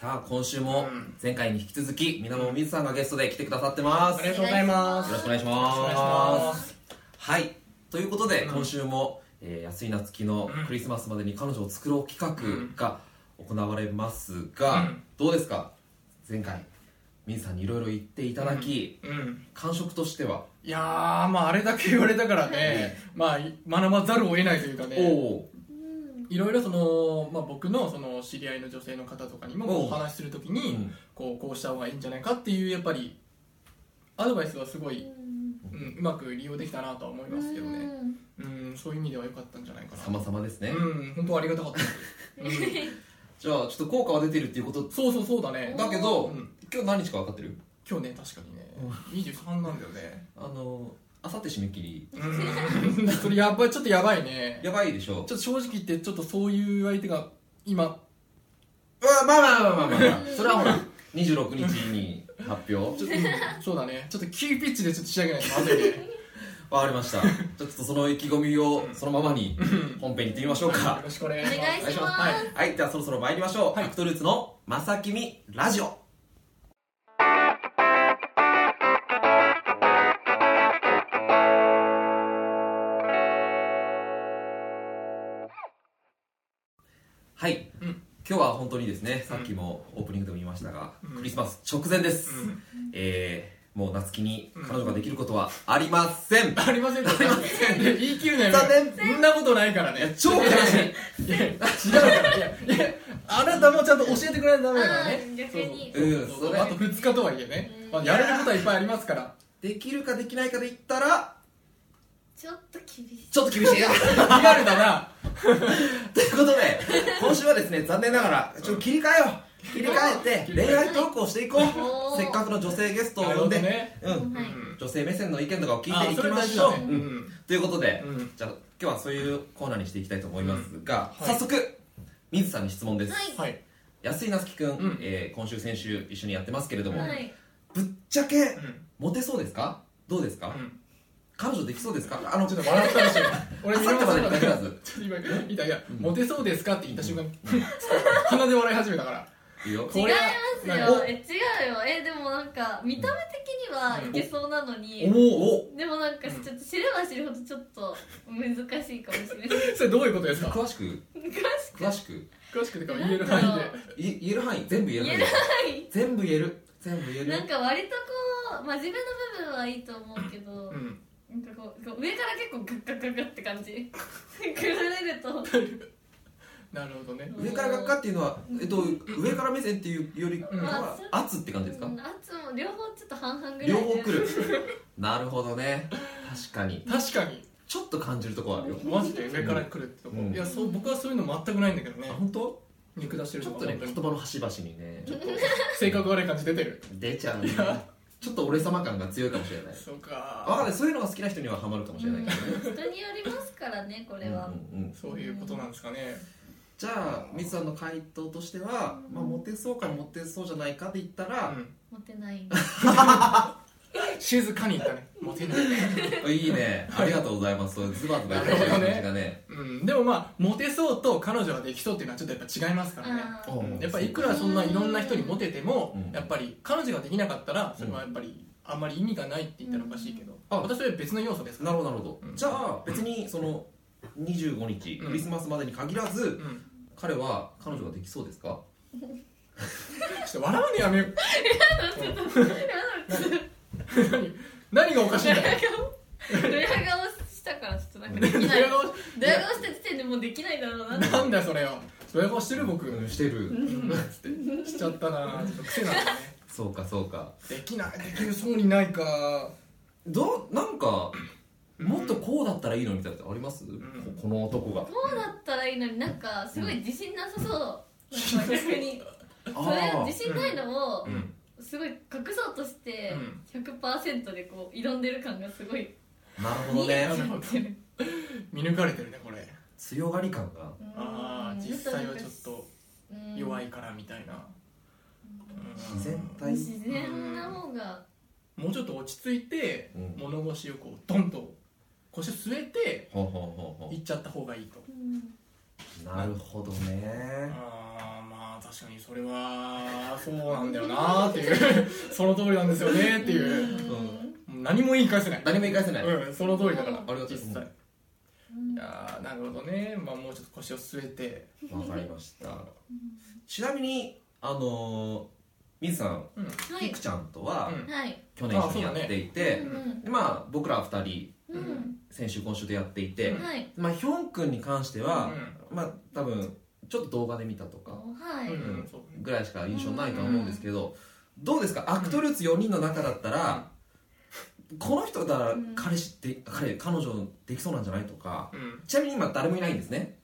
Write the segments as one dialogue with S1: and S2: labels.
S1: さあ今週も前回に引き続き源水さんがゲストで来てくださってます、
S2: あり
S1: よ
S2: がとうございます
S1: ろしくお願いします
S2: お願いします
S1: はいということで、
S2: うん
S1: 今週も、えー安井夏樹の
S2: うん
S1: クリスマスまでに彼女を作ろう企
S2: うん
S1: 画が行われますが、
S2: うん
S1: どうですか前回水さんにいろいろ言っていただき、
S2: うん
S1: 感触としては、
S2: いやーまああれだけ言われたからねまあい学ばざるを得ないというか
S1: お
S2: ね
S1: お
S2: いろいろその、まあ、僕のその知り合いの女性の方とかにもこう
S1: おう
S2: お話しするとき
S1: う
S2: に
S1: ん
S2: こうこうした方がいいんじゃないかっていうやっぱりアドバイスはすごい、うん、うまく利用できたなとは思いますけどねうんそういう意味では良かったんじゃないかな
S1: 様々ですね、
S2: うん本当ありがたかったです、うん
S1: じゃあちょっと効果は出てるっていうこと
S2: そうそうそうだね
S1: だけど、
S2: うん
S1: 今日何日か分かってる
S2: 今日ね確かにね23なんだよね
S1: あのあさって締め切り
S2: うんそれやばいちょっとやばいね
S1: やばいでしょ
S2: ちょっと正直言ってちょっとそういう相手が今
S1: うわまあまあまあまあまあ それはほら26日に発表
S2: ちょっとうんそうだねちょっと急ピッチでちょっと仕上げないとまずいね
S1: わかりましたちょっとその意気込みをそのままに本編に行ってみましょう
S2: よ
S1: か
S2: ろしくお願いします
S3: お願いします
S2: はい
S1: はいではそろそろ参りましょう、アクトルーツの「まさきみラジオ」はい、
S2: うん
S1: 今日は本当にですねさっきもオープニングでも言いましたが、
S2: うん
S1: クリスマス直前です、
S2: うん
S1: えーもう夏希に
S2: うん
S1: 彼女ができることはありません、
S2: ありませんか言い切るなよ
S1: 残念
S2: そんなことないから
S1: いや
S2: ね
S1: 超悲 しい
S2: いや違うからいやいやあなたもちゃんと教えてくれないとダメだからね
S3: うん逆に
S2: そうそうそう
S1: うんそれ
S2: あと2日とはいえね
S3: うん
S2: まあやれることはいっぱいありますから
S1: できるかできないかで言ったら
S3: ちょっと厳しい
S1: ちょっと厳しいな
S2: リアルだな
S1: ということで今週はですね残念ながらちょっと切り替えよう切り替えて恋愛トークをしていこ
S3: お
S1: う
S3: ー
S1: せっかくの女性ゲストを
S2: なる
S1: 呼
S2: ほ
S1: ん
S2: ど
S1: で、
S2: ね
S1: うん、
S3: はい
S1: 女性目線の意見とかを聞
S2: あ
S1: いてい
S2: そ
S1: き
S2: れ
S1: ま
S2: 大事
S1: しょ
S2: だ
S1: う、
S2: ね
S1: うんということで、
S2: うん
S1: じゃあ今日はそういうコーナーにしていきたいと思いますが、
S2: うんはい
S1: 早速水さんに質問です、
S3: はい
S2: はい
S1: 安井夏樹くん、
S2: ん
S1: えー今週先週一緒にやってますけれども、
S3: はい
S1: ぶっちゃけ
S2: うん
S1: モテそうですかどうですか、
S2: うん
S1: 彼女できそうですかあの
S2: ちょっと笑ったらしい俺
S1: あさってまでに限らず
S2: ちょっと今見たいやモテそうですかって言った瞬間鼻で笑い始めたから
S1: いいよ
S2: こ
S3: 違い
S2: れ
S3: ます
S1: お
S3: よえ違うよえでもなんか見た目的にはいけそうなのに
S1: おお
S3: でもなんかちょっと知れば知るほどちょっと難しいかもしれない
S2: それどういうことですか
S1: 詳しく
S3: 難しく
S1: 詳しく
S2: 詳しくてか言える範囲で
S1: い言える範囲全部言える範囲
S3: 言ない
S1: 全部言える全部言える
S3: なんか割とこう真面目な部分はいいと思うけど、
S2: うん
S3: なんかこうこう上から結構ガッガッガッガッって感じくるれると
S2: なるほどね
S1: 上から学科っていうのは、えっと、上から目線っていうより
S2: ん
S1: は圧って感じですか
S3: うん圧も両方ちょっと半々ぐらい
S1: 両方来るなるほどね確かに
S2: 確かに
S1: ちょっと感じるとこあるよ
S2: マジで上から来るってとこ
S1: うん
S2: いやそう僕はそういうの全くないんだけどね
S1: あ本当
S2: 見下してる
S1: ちょ
S2: と
S1: っと
S2: か
S1: ね
S2: 本当
S1: 言
S2: に
S1: 葉の端々にねちょっと
S2: 性格悪い感じ出てる
S1: 出ちゃうねちょっと俺様感が強いかもしれない
S2: そう
S1: わかん
S2: か
S1: ないそういうのが好きな人にはハマるかもしれないけどね
S3: うん人によりますからねこれは、
S1: うんうんうん
S2: そういうことなんですかね
S1: じゃあ水さんの回答としては、まあ、モテそうかモテそうじゃないかで言ったら、
S2: うん
S3: モテない
S2: 静かに言ったねモテない
S1: いいねありがとうございますそういうズバズバ言って
S2: なるほどね
S1: 感じがね
S2: うんでもまあモテそうと彼女はできそうっていうのはちょっとやっぱ違いますからね
S3: あー
S1: うん
S2: やっぱりいくらそんないろんな人にモテても、
S1: うん
S2: やっぱり彼女ができなかったらそれはやっぱりあんまり意味がないって言ったらおかしいけど、
S1: うん
S2: 私は別の要素ですか
S1: な
S2: ら
S1: るほどなるほど、
S2: うん
S1: じゃあ別にその25日、
S2: うん
S1: クリスマスまでに限らず
S2: うん、
S1: 彼は彼女ができそうですか
S2: ちょっと笑うのやめよう
S3: なんか
S2: 何がおかしいんだよ
S3: ドヤ顔したからちょっとなんかでき
S2: ド
S3: ない
S2: ヤ顔
S3: ドヤ顔した時点でもうできないだろうなって
S2: なんだよそれよドヤ顔してる僕、
S1: うんしてる、
S2: しちゃったなちょっと癖なんだね
S1: そうかそうか
S2: できないできるそうにないか
S1: どうなんかもっとこうだったらいいのみたいなのってあります、
S2: ん
S1: ここの男が
S3: こうだったらいいのになんかすごい自信なさそうなんか逆にそれ
S1: ああ
S3: 自信ないのを
S1: うん
S3: すごい隠そうとして100%でこう挑んでる感がすごい
S1: なるほど
S3: 見え
S1: ね
S3: ちゃってる
S2: 見抜かれてるねこれ
S1: 強がり感が
S2: ああ実際はちょっと弱
S3: い
S2: いからみたいな、うん
S1: 自然体
S3: 自然な方が
S2: もうちょっと落ち着いて、
S1: うん
S2: 物腰をこうドンと腰を据えて
S1: ほうほうほうほ
S2: いっちゃった方がいいと
S3: うん
S1: うなるほどね
S2: あーまああ確かにそれはそうなんだよなっていう その通りなんですよねっていうもう何も言い返せない
S1: 何も言い返せない、あ
S2: うんその通りだから
S1: りがとう
S2: 実際
S3: うん
S2: いやーなるほどねまあもうちょっと腰を据えて
S1: わかりましたちなみにあのー、みずさん
S2: うん
S3: は
S1: ピ
S3: い
S1: クちゃんとは
S2: うん
S3: はい
S1: 去年一緒にや
S2: あそうだね
S1: っていて、
S3: うん
S1: でまあ僕ら二人
S3: うん
S1: 先週今週でやっていて、
S2: うん
S3: はい
S1: まあヒョン君に関して
S2: う
S1: は、
S2: ん
S1: まあ多分ちょっと動画で見たとか
S3: は
S2: う
S3: い
S2: んそうだね
S1: ぐらいしか印象ないとは思うんですけど、どうですかアクトルーツ4人の中だったら、この人だったら
S3: うん
S1: 彼氏って彼彼女できそうなんじゃないとか
S2: うん
S1: ちなみに今誰もいないんですね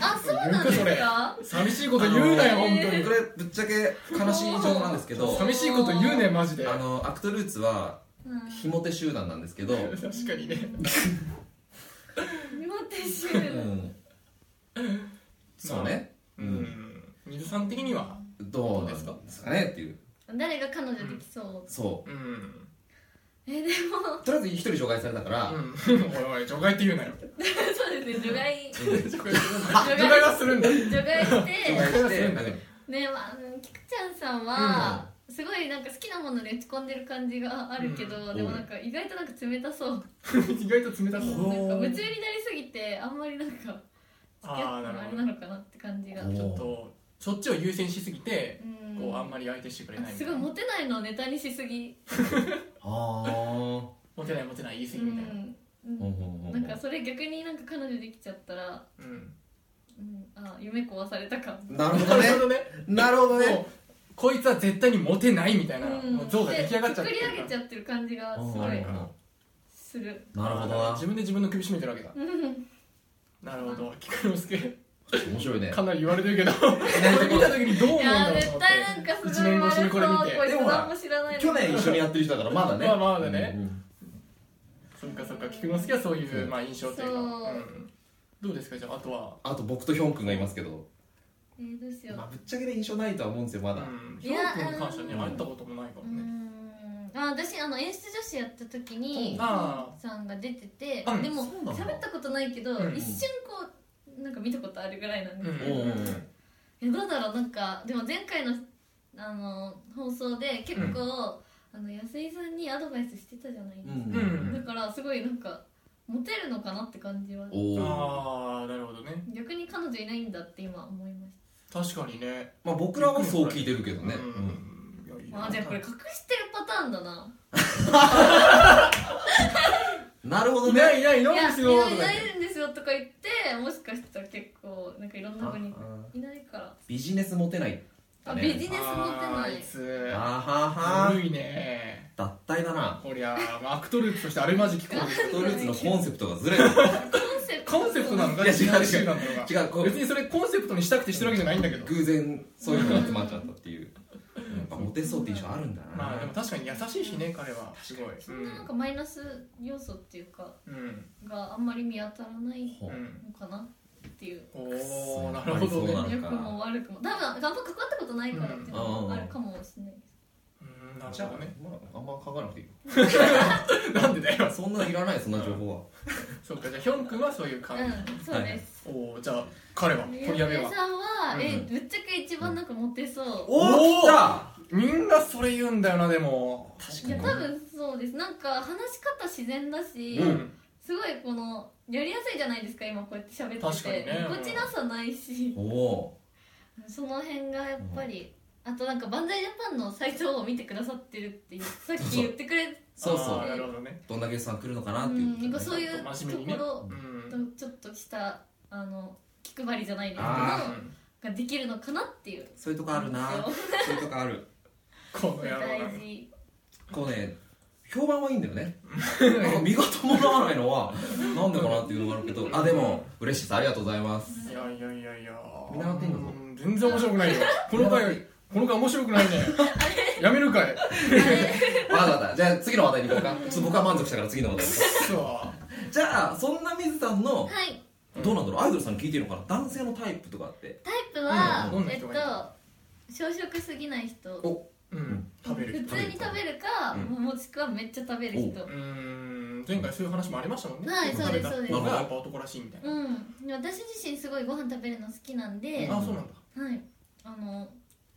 S3: あそうなんですか
S2: 寂しいこと言うなよ
S3: あのー
S2: 本
S1: こ
S2: 当
S1: れ
S2: に
S1: ぶっちゃけ悲しい情報なんですけど
S2: 寂しいこと言うねマジで
S1: あのアクトルーツは
S3: うん
S1: ひも手集団なんですけど、う
S2: 確かにね
S3: 待ってシュー
S1: ん、そうね、
S2: う
S1: うん
S2: ん水さん的には
S1: どうなんですかねっていう
S3: 誰が彼女できそう
S1: そ
S2: うん
S3: えでも
S1: うとりあえず一人除外されたから、
S2: うんおいおい除外って言う なよ
S3: そうですね除 外
S1: うん
S2: 除外はするんだ
S3: 除外して
S1: 除外して
S3: ねまあうん菊ちゃんさんは、すごいなんか好きなものに打ち込んでる感じがあるけど、
S1: ん
S3: でもなんか意外となんか冷たそう、
S2: 意外と冷たそう
S1: ほう
S3: なんか夢中になりすぎてあんまりなんか付き合
S2: あ
S3: っ
S2: あ
S3: て
S2: な
S3: も
S2: る
S3: あれ
S2: ほ
S3: なのかなって感じが
S1: ほ
S3: う
S1: ど
S2: どちょっとそっちを優先しすぎて
S3: ん
S2: こうあんまり相手してくれないみた
S3: す
S2: い
S3: ごい
S2: な
S3: モテないのをネタにしすぎ
S1: ああ
S2: モテないモテない言い過
S3: う、
S2: ぎみたいなん
S3: うん
S1: ほんほんほんほ
S3: なんんかそれ逆になんか彼女できちゃったら、
S2: うん
S3: うん、あ夢壊されたか
S1: なるほどね
S2: なるほどね
S1: なるほど
S2: もうこいつは絶対にモテないみたいな
S3: うん
S2: もう像が出来上がっちゃってるか
S3: で作
S2: ら
S3: り上げちゃってる感じがす
S1: うん
S3: ご
S1: ないるほど
S3: する
S1: なるほど
S2: あー
S1: な
S2: 自分で自分の首絞めてるわけだ
S3: うん
S2: なるほど菊之助
S1: 面白いね
S2: かなり言われてるけどこれ見た時にどう思う
S3: い
S2: んだろうと
S3: や
S2: 思
S3: 絶
S2: って
S3: 対なんかす
S2: 一
S3: ご
S2: 年越し
S3: い
S2: に
S3: 悪そ
S2: こ
S3: う
S2: れ見
S3: こ
S2: て
S3: いつ何も知らないの
S1: 去年一緒にやってる人だからまだね
S2: まあまだね
S1: うんうん
S2: そうかそうか菊之助はそういうまあ印象というか
S3: そう
S2: うんどうですかじゃああとは
S1: あと僕とヒョン君がいますけど、
S3: えー、どうしよう
S1: まあ、ぶっちゃけで印象ないとは思うんですよまだ、
S2: うん
S3: い
S2: ヒョ
S3: や
S2: ン君に関してはね
S1: うん
S2: 会ったこともないか
S3: う
S2: らね
S3: んあ私あの演出女子やった時に
S1: うん
S2: あ
S3: さんが出てて
S2: うん
S3: でも
S1: そうなんだ
S3: 喋ったことないけど、
S2: うん
S3: 一瞬こうなんか見たことあるぐらいなんですけ
S1: お
S3: ど、
S1: うおうおう
S3: えどうだろうなんかでも前回のあの放送で結構、あの安井さんにアドバイスしてたじゃないです
S1: うん
S3: か、
S1: う
S3: だ
S1: ん
S3: からすごいなんかモテるのかなって感じは
S1: お
S2: あ
S1: お
S2: ああなるほどね
S3: 逆に彼女いないんだって今思いまし
S2: 確かにね
S1: まあ僕らはそう聞いてるけど
S2: うん
S1: ね、うん
S2: いやいい
S3: た
S2: な
S3: あじゃあこれ隠してるパターンだな
S1: なるほど
S2: い
S1: ね
S2: ないいないい
S3: い
S2: ない
S3: や
S2: です
S3: い
S2: よ
S3: や
S2: と
S3: い
S2: か
S3: な
S2: 言って
S3: いんですよとか言ってもしかしたら結構なんかいろんな国に
S1: あ
S3: いないから
S1: ビジネスモテない
S3: あ
S1: だね
S3: ビジネス持って
S2: あ
S3: な
S2: ーい
S3: い
S2: つ
S1: あはは
S2: 古いね
S1: 脱退だな
S2: こりゃまあアクトルーツとしてあるまじきことです
S1: ストルーツのコンセプトがずれる違
S3: コンセプト
S2: コンセプトなのか
S1: いや違う違う
S2: 違うなのか
S1: うこう
S2: 別にそれコンセプトにしたくてしてるわけじゃないんだけど
S1: 偶然そういうのが集まっちゃったっていうやっぱモテそうって印象あるんだな、
S2: まあでも確かに優しいしね彼はすごい
S3: そんななんかマイナス要素っていうか
S2: うん
S3: があんまり見当たらない
S1: ほ
S2: う
S1: うん
S3: のかなっていう
S2: おおなるほどね
S1: そうなのか
S3: 良くも悪くも多分あんま関わったことないからっていうのもあるかもしれないです
S2: うんなる
S1: じゃあ
S2: ほどね、
S1: まあ、あんま書かなくていいよ
S2: なんでだ よ
S1: そんないらないそんな情報は
S2: そうかじゃあヒョン君はそういう感じ、
S3: うんそうです
S2: おおじゃあ彼は
S3: で
S2: 取り上げ
S3: 安
S2: は
S3: 井さんは
S1: うん
S3: えぶっちゃけ一番なんかモテそう
S2: おー
S1: 来た
S2: みんなそれ言うんだよなでも
S3: いや
S1: 確
S3: 多
S1: か
S3: 分そうですなんか話し方自然だし、
S2: うん
S3: すごいこのやりやすいじゃないですか今こうやって喋っ
S2: 確
S3: て
S2: か
S3: て、
S2: にね
S3: こちなさないし
S1: おお
S3: その辺がやっぱり、あとなんかバンザイジャパンのサイトを見てくださってるっていうさっき言ってくれ
S1: そうそ
S2: あー
S1: う
S2: なるほどね
S1: どんなゲストさん来るのかな
S3: う
S1: っていう、
S3: んなんかそういうと
S2: 真面目にね
S3: ころ
S2: う
S3: と
S2: ん
S3: ちょっとしたあの気配りじゃないですけど
S1: あ
S3: ができるのかなっていう
S1: そういうとこあるな
S3: そう
S1: そういうとこある
S2: この野郎
S3: 大事
S1: こうね評判はいいんだよねなんか見事もなわないのはなんでかなっていうのがあるけどあでも嬉しいですありがとうございます
S2: いやいやいやいや
S1: 見習っていいのぞ
S2: うん全然面白くないよこの回この回面白くないねやめるかい
S1: わかったわかったじゃあ次の話題に行こうかちょっと僕は満足したから次の話題に行こ
S2: そう
S1: じゃあそんな水さんの
S3: はい
S1: どうなんだろうアイドルさんに聞いてるのかな男性のタイプとかって
S3: タイプは、
S2: うんどんな
S3: えっと
S2: 人がいい
S3: 小食すぎない人
S1: お
S2: ううん食べ
S3: 普
S2: る
S3: 通に食べるか、
S1: う
S3: もしくはめっちゃ食べる人
S2: うーん前回そういう話もありましたもんね
S3: はい
S1: そう
S2: 食べ
S3: です
S2: た
S3: そうです
S2: のがやっぱ男らしいみたいな
S3: うん私自身すごいご飯食べるの好きなんで、
S1: ん
S2: あそうなんだ
S3: はいあの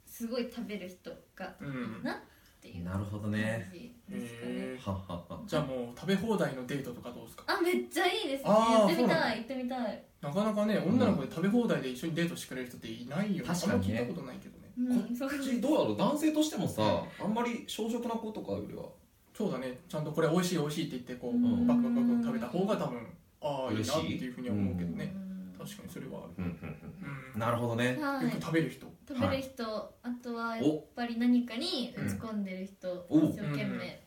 S3: すごい食べる人が
S2: うん
S3: なっていう
S1: な
S3: 感
S1: るほどね
S3: じですかね
S2: へー
S1: はっはっは
S2: じゃあもう食べ放題のデートとかどうですか
S3: あめっちゃいいですね
S2: あー
S3: やってみ
S2: そうなん
S3: た
S2: だ
S3: い行ってみたい、
S2: なかなかね女の子で食べ放題で一緒にデートしてくれる人っていないよね
S1: 確かにね
S2: あんま聞いたことないけどね
S3: うん、
S1: こ
S3: そう
S1: っちどうだろう男性としてもさあんまり小食な子とかよりは
S2: そうだねちゃんとこれ美味しい美味しいって言ってこ
S1: う
S2: う、
S1: ん
S2: バクバクバク食べた方が多分ああいい
S1: 嬉
S2: なっ
S1: してい
S2: いうふうには思うけどね、
S3: うん
S2: 確かにそれはある、
S1: うんうん
S2: う
S1: うん
S2: ん
S1: なるほどね
S3: はい
S2: よく食べる人
S3: 食べる人、あとはやっぱり何かに打ち込んでる人、
S1: うん
S3: 一生懸命、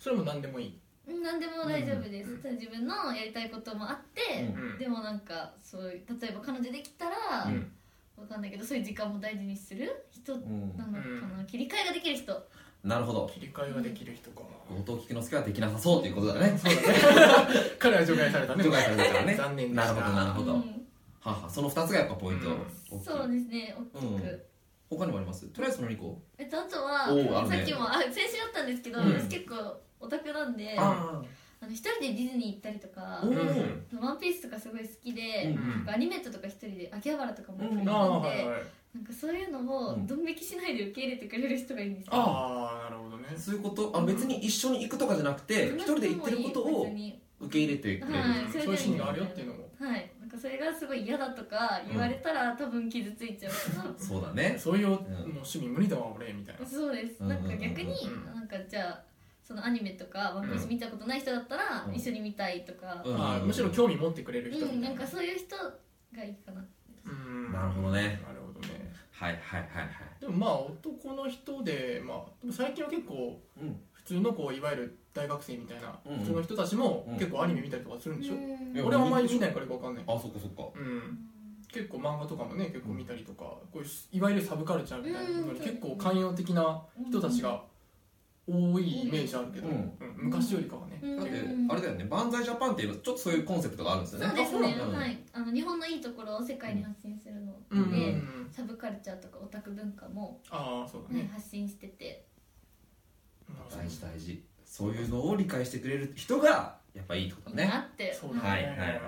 S2: それも何でもいい、
S3: うん、何でも大丈夫です、
S2: うん
S3: ただ自分のやりたいこともあって、
S2: うん
S3: でもなんかそういう例えば彼女できたら、
S1: うん
S3: わかんないけどそういう時間も大事にする人
S1: うん
S3: なのかな、切り替えができる人
S1: なるほど
S2: 切り替えができる人か
S1: 後藤菊之助はできなさそうっていうことだね
S2: そう だね彼は除外されたね
S1: 除外されたからね
S2: 残念で
S1: な
S2: し
S1: る
S2: た
S1: ほどなるほど
S3: う
S1: は
S3: ん
S1: っはその2つがやっぱポイント
S2: うん
S1: 大きい
S3: そうですね大
S1: う
S3: きく、
S1: ん他にもありますとりあえずその2個
S3: えっとあとは
S1: おーあるね
S3: さっきもあ先週だったんですけど、
S2: うん
S3: 私結構オタクなんであ
S1: あ
S3: の一人でディズニー行ったりとか
S1: お
S2: うん
S1: ー
S3: 「ワンピースとかすごい好きで、
S1: うん
S3: なんかアニメートとか一人で秋葉原とかも行く
S1: う
S3: の
S1: ん
S3: で、
S2: ああはいはい
S3: なんかそういうのを
S1: うん
S3: ドン引きしないで受け入れてくれる人がいいんですよ、
S1: あ
S2: ああなるほどね
S1: そういうことあ別に一緒に行くとかじゃなくて一人で行ってることを
S3: 別に
S1: 受け入れてくれる
S3: はい
S2: そういうシーンがあるよっていうのも
S3: はいなんかそれがすごい嫌だとか言われたら、多分傷ついちゃうか
S1: そうだね
S2: そういうの趣味無理だわ俺みたい
S3: ら
S2: な
S3: そうです
S1: うんうん
S3: な
S1: うん
S3: ん
S1: うん
S3: か逆になんかじゃあそのアニメとか「ワンピース見たことない人だったら、
S1: うん
S3: 一緒に見たいとか、
S1: うん
S2: ああむしろ興味持ってくれる
S3: う
S2: 人
S3: ん、
S2: みた
S3: ないん
S2: な
S3: かそういう人がいいかな
S2: うん
S1: なるほどね
S2: なるほどね
S1: はいはいはいはい
S2: でもまあ男の人でまあでも最近は結構
S1: うん
S2: 普通のこういわゆる大学生みたいな
S1: うん
S2: 普通の人たちも
S1: うん
S2: 結構アニメ見たりとかするんでしょ、
S1: いや
S2: 俺はあんまり見ないからよくわかんない
S1: あそっかそっか
S2: うん結構漫画とかもね結構見たりとかこういういわゆるサブカルチャーみたいなのに
S3: うん
S2: 結構寛容的な人たちが多いイメージあるけど、
S1: うん
S2: うん昔よりかはね、
S3: うん
S1: だって
S3: うん
S1: あれだよね「万歳ジャパン」っていうちょっとそういうコンセプトがあるんですよね
S3: そうで
S1: あ
S3: すね
S1: そうなんだ
S3: はいあの日本のいいところを世界に発信するので、
S2: うん
S3: サブカルチャーとかオタク文化も、
S2: ああそうだ
S3: ね
S2: ね、
S3: 発信してて
S2: まあそう
S1: 大事大事そういうのを理解してくれる人がやっぱいいってこと
S3: い
S1: だ
S3: いな
S1: ね
S3: って
S2: そうだね
S1: はいはいはいはい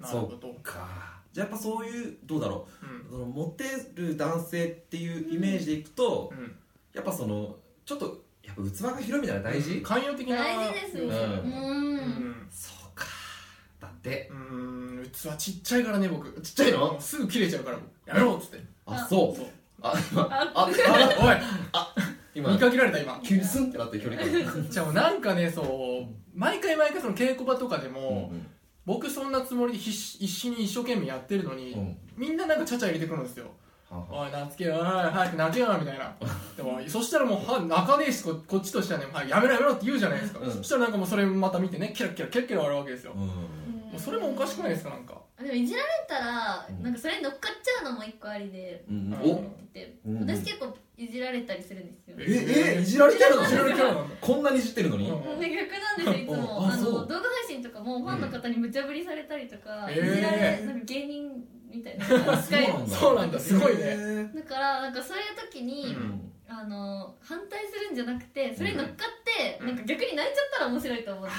S2: なるほどう、
S1: かじゃあやっぱそういうどうだろうんそのモテる男性っていうイメージでいくと、
S2: うん、
S1: やっぱそのちょっとやっぱ器が広いみたいなの大事、
S2: 寛容的な
S3: 大事ですね
S1: う
S3: うんん、
S2: うん
S1: そうかだって
S2: うん器ちっちゃいからね僕ちっちゃいのすぐ切れちゃうから僕やめろっ つって
S1: あ
S3: あ
S1: そう
S2: そう
S1: あ今
S3: あ
S1: ああ
S2: おい
S1: 今
S2: 見かけられた今
S1: 急にスンってなった距離感
S2: じゃあもうなんかねそう毎回毎回その稽古場とかで
S1: うん
S2: も、僕そんなつもりで必死必死に一生懸命やってるのに、
S1: うん
S2: みんななんかちゃちゃ入れてくるんですよ
S1: はんはん
S2: おい泣けよおい早く泣けよみたいなでもそしたらもうは泣かねえしここっちとしてはね、はい、やめろやめろって言うじゃないですか、
S1: うん
S2: そしたらなんかもうそれまた見てねキラッキラキラッキラ笑うわけですよ、も
S1: うん
S2: うそれもおかしくないです
S3: か
S2: かなんか
S3: でもいじられたら
S1: うん
S3: なんかそれに乗っかっちゃうのも一個ありで
S1: うん
S2: あ
S1: お
S2: の
S3: って
S1: うん
S3: 私結構いじられたりするんですよ、
S2: え
S3: う
S1: ええいじられてるの
S2: いじられてるの
S1: こんなにいじってるのに、
S2: うん
S3: んで逆なんですよいつも
S1: あ
S3: あの
S1: そう
S3: 動画配信とかもファンの方に無茶ぶりされたりとか、
S2: うん
S3: いじられ
S2: え
S3: なんか芸人みたいな
S1: あ
S3: 扱い
S2: そうなんだすごいね
S1: へ
S3: だからなんかそういう時に、
S1: ーうん
S3: あの反対するんじゃなくてそれに乗っかって、
S2: うん
S3: なんか逆に泣いちゃったら面白いと思うんで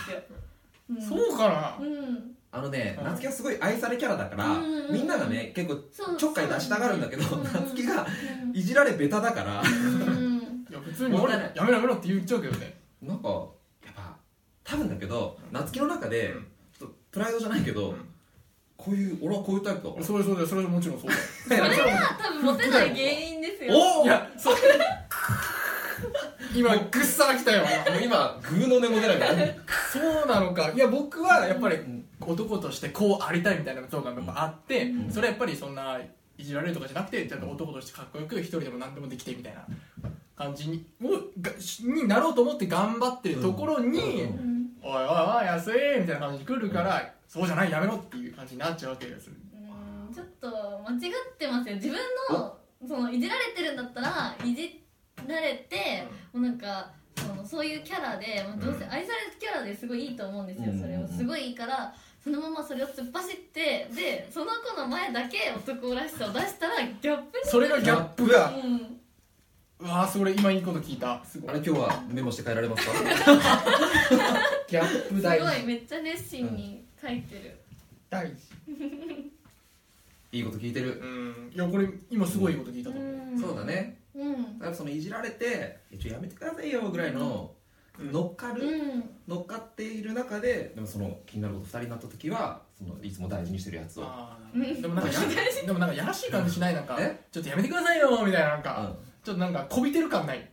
S3: すよ、うん、
S2: そうかな、
S3: うん
S1: あのね
S2: うん
S1: 夏希はすごい愛されキャラだから、
S3: うんうんうん
S1: みんながね結構
S3: そう
S1: ちょっかい出したがるんだけど、
S3: そう
S1: 夏希が
S3: うん
S1: いじられベタだから
S3: うん
S2: いや普通に俺
S1: も
S2: や
S1: ったいない
S2: めろやめろって言っちゃうけどね
S1: なんかやっぱ多分だけど夏希の中で、
S2: うん
S1: ちょっとプライドじゃないけど、
S2: うん
S1: こういう俺はこういうタイプだから
S2: それそうだよそれもちろんそうだよ
S3: それが多分モテない原因ですよ
S1: おお
S2: いやそう今ぐっさら来たよ
S1: もう今グーの音も出ないからね
S2: そうなのかいや僕はやっぱり
S1: ん
S2: 男としてこうありたいみたいなことがやっぱあって、
S1: ん
S2: それはやっぱりそんないじられるとかじゃなくてちゃんと男としてかっこよく一人でも何でもできてみたいな感じにをがになろうと思って頑張ってるところに、
S1: うんうん
S3: うん
S2: おいおいおい安いみたいな感じに来るから、そうじゃないやめろっていう感じになっちゃうわけです
S3: うんちょっと間違ってますよ自分のそのいじられてるんだったらいじられて、もうなんかそのそういうキャラで、まあ、どうせ
S2: うん
S3: 愛されるキャラですごいいいと思うんですよ、
S1: うん
S3: それをすごいいいからそのままそれを突っ走ってでその子の前だけ男らしさを出したらギャップ
S2: それがギャップが
S3: うん
S2: うわあそれ今いいこと聞いたすご
S1: あれ
S2: い
S1: 今日はメモして帰られますか
S2: ギャップ
S3: す
S2: 大事
S3: ごいめっちゃ熱心に書いてる、
S2: 大事
S1: いいこと聞いてる、
S2: うんいやこれ今すごいいいこと聞いたと思う、
S3: ん
S1: そうだね
S3: うん
S1: だからそのいじられて「えちょやめてくださいよ」ぐらいの、
S2: うん
S1: 乗っかる、
S3: うん
S1: 乗っかっている中ででもその気になること2人になった時はそのいつも大事にしてるやつを
S2: あ
S3: う
S2: ー
S3: ん
S2: でもなんかやでもなんかやらしい感じしないなんか
S1: え
S2: ちょっとやめてくださいよみたいななん
S1: うん
S2: かちょっとなんかこびてる感ない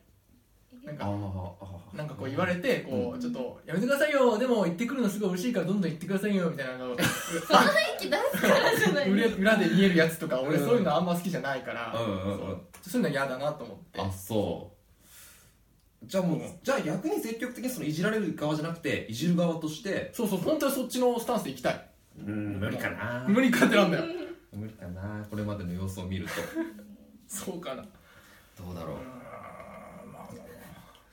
S2: なん
S1: あ
S2: か
S1: ー
S2: なんかこう言われてこうちょっとやめてくださいよでも言ってくるのすごい嬉しいからどんどん言ってくださいよみたいなのが
S3: その雰囲気出すからじゃない
S2: 裏裏で見えるやつとか俺
S1: うん
S2: そういうのあんま好きじゃないから
S1: うんうんうん
S2: そうそういうの嫌だなと思って
S1: あそうじゃあもう、
S2: うん
S1: じゃあ逆に積極的にそのいじられる側じゃなくていじる側として
S2: そうそう本当はそっちのスタンスでいきたい
S1: うん無理かな
S2: 無理かってなんだよ
S1: 無理かなこれまでの様子を見る
S2: そうかなう
S1: と どうだろう
S2: ーんまあまあまあ